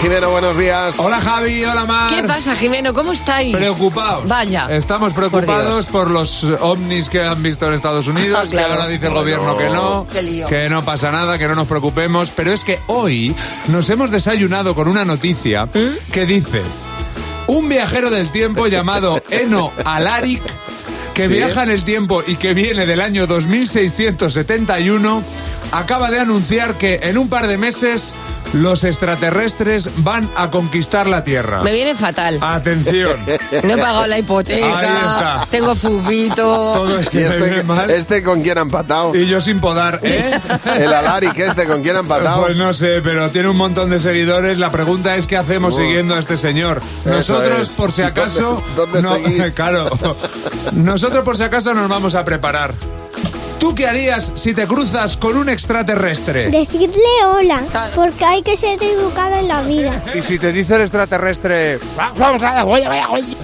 Jimeno, buenos días. Hola Javi, hola Mar. ¿Qué pasa, Jimeno? ¿Cómo estáis? Preocupados. Vaya. Estamos preocupados por, los ovnis que han visto en Estados Unidos, Ah, claro. que ahora dice el gobierno que no, Qué lío. que no pasa nada, que no nos preocupemos. Pero es que hoy nos hemos desayunado con una noticia ¿Mm? que dice: un viajero del tiempo llamado Eno Alaric, que Sí. viaja en el tiempo y que viene del año 2671, acaba de anunciar que en un par de meses. Los extraterrestres van a conquistar la Tierra. Me viene fatal. Atención. No he pagado la hipoteca. Ah, eh, Ahí está. Tengo fubito. Todo es ¿Y que me viene este, mal. este con quién ha empatado? Y yo sin podar, ¿eh? El Alaric este con quién ha empatado. Pues no sé, pero tiene un montón de seguidores. La pregunta es qué hacemos siguiendo a este señor. Eso Nosotros, es. por si acaso, ¿Dónde- dónde seguís? no, claro, nosotros por si acaso nos vamos a preparar. ¿Tú qué harías si te cruzas con un extraterrestre? Decirle hola, porque hay que ser educado en la vida. Y si te dice el extraterrestre,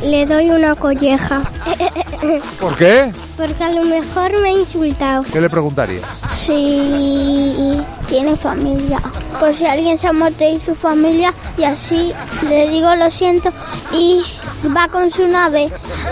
Le doy una colleja, ¿por qué? porque a lo mejor me ha insultado. ¿Qué le preguntarías? Si tiene familia, por si alguien se ha muerto y su familia, y así le digo lo siento, y va con su nave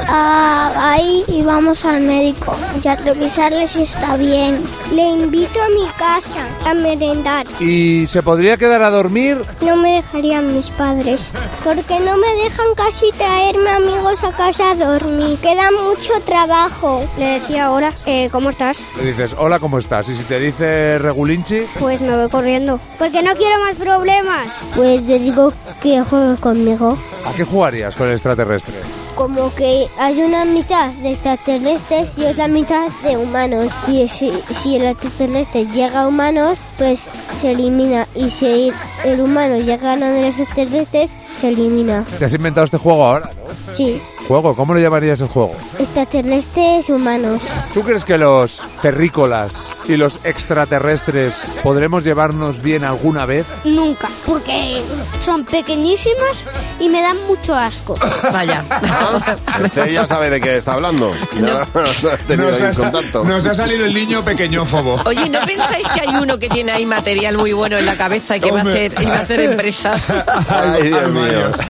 a- ahí y vamos al médico y a revisarle si está bien. Le invito a mi casa a merendar. ¿Y se podría quedar a dormir? No me dejarían mis padres, porque no me dejan casi traerme amigos a casa a dormir. Queda mucho trabajo. Le decía ahora, eh, ¿cómo estás? Le dices, hola, ¿cómo estás? Y si te dice Regulinchi, Pues me voy corriendo. Porque no quiero más problemas. Pues le digo que juegue conmigo. ¿a qué jugarías con el extraterrestre? Como que hay una mitad de extraterrestres y otra mitad de humanos. Y si, si el extraterrestre llega a humanos, pues se elimina. Y si el humano llega a los extraterrestres, se elimina. Te has inventado este juego ahora, ¿no? Sí. Juego, ¿cómo lo llamarías el juego? Extraterrestres humanos. ¿Tú crees que los terrícolas y los extraterrestres podremos llevarnos bien alguna vez? Nunca, porque son pequeñísimas y me dan mucho asco. Vaya. Este ya sabe de qué está hablando. Ya no ha tenido ahí contacto. salido el niño pequeñófobo. Oye, ¿no pensáis que hay uno que tiene ahí material muy bueno en la cabeza y que va a Hombre. hacer, y va a hacer empresas? Ay, Dios mío.